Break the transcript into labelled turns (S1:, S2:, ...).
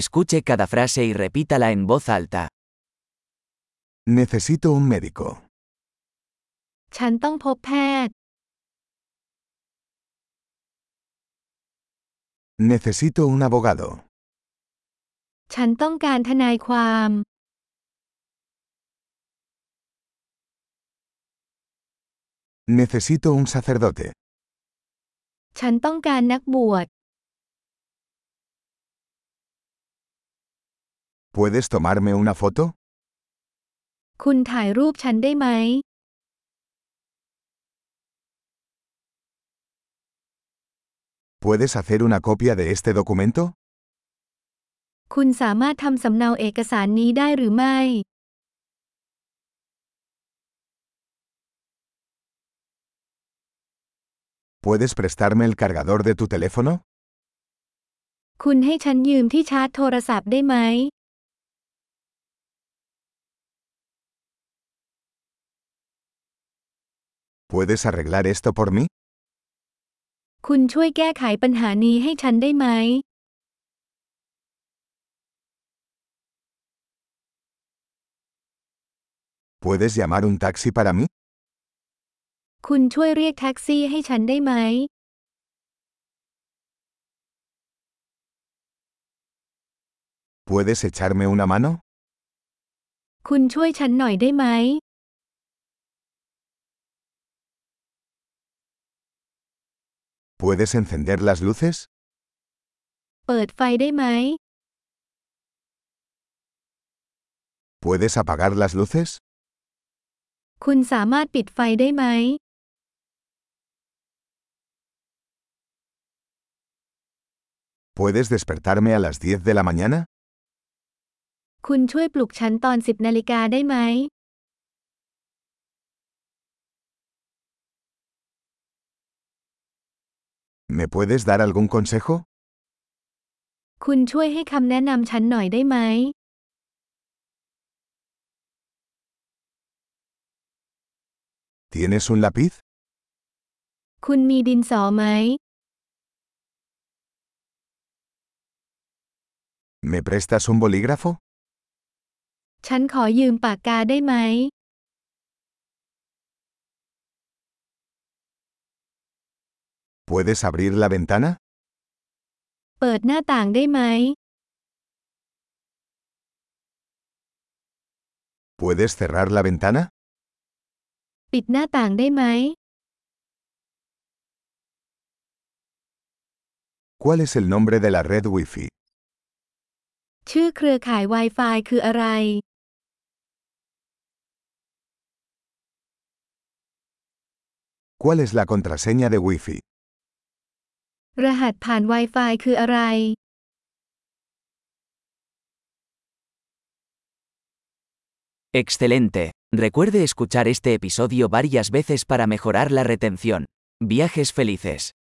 S1: Escuche cada frase y repítala en voz alta.
S2: Necesito un médico.
S3: ฉันต้องพบแพทย์
S2: Necesito un abogado.
S3: ฉันต้องการทนายความ
S2: Necesito un sacerdote.
S3: ฉันต้องการนักบวช
S2: ¿Puedes tomarme una foto?
S3: คุณถ่ายรูปฉันได้ไหม
S2: ¿Puedes hacer una copia de este documento?
S3: คุณสามารถทำสำเนาเอกสารนี้ได้หรือไม่
S2: ¿Puedes prestarme el cargador de tu teléfono?
S3: คุณให้ฉันยืมที่ชาร์จโทรศัพท์ได้ไหม
S2: ¿Puedes arreglar esto por mí?
S3: คุณช่วยแก้ไขปัญหานี้ให้ฉันได้ไหม
S2: ¿Puedes llamar un taxi para mí?
S3: คุณช่วยเรียกแท็กซี่ให้ฉันได้ไหม
S2: ¿Puedes echarme una mano?
S3: คุณช่วยฉันหน่อยได้ไหม
S2: ¿Puedes encender las luces?
S3: เปิดไฟได้ไหม
S2: ¿Puedes apagar las luces?
S3: คุณสามารถปิดไฟได้ไหม
S2: ¿Puedes despertarme a las 10 de la mañana?
S3: คุณช่วยปลุกฉันตอน 10นาฬิกาได้ไหม
S2: ¿Me puedes dar algún consejo?
S3: คุณช่วยให้คำแนะนำฉันหน่อยได้ไหม
S2: ¿Tienes un lápiz?
S3: คุณมีดินสอไหม
S2: ¿Me prestas un bolígrafo?
S3: ฉันขอยืมปากกาได้ไหม
S2: ¿Puedes abrir la ventana?
S3: เปิดหน้าต่างได้ไหม
S2: ¿Puedes cerrar la ventana?
S3: ปิดหน้าต่างได้ไหม
S2: ¿Cuál es el nombre de la red Wi-Fi?
S3: ชื่อเครือข่าย Wi-Fi คืออะไร
S2: ¿Cuál es la contraseña de Wi-Fi?
S3: รหัสผ่าน Wi-Fi คืออะไร
S1: Excelente. Recuerde escuchar este episodio varias veces para mejorar la retención. Viajes felices.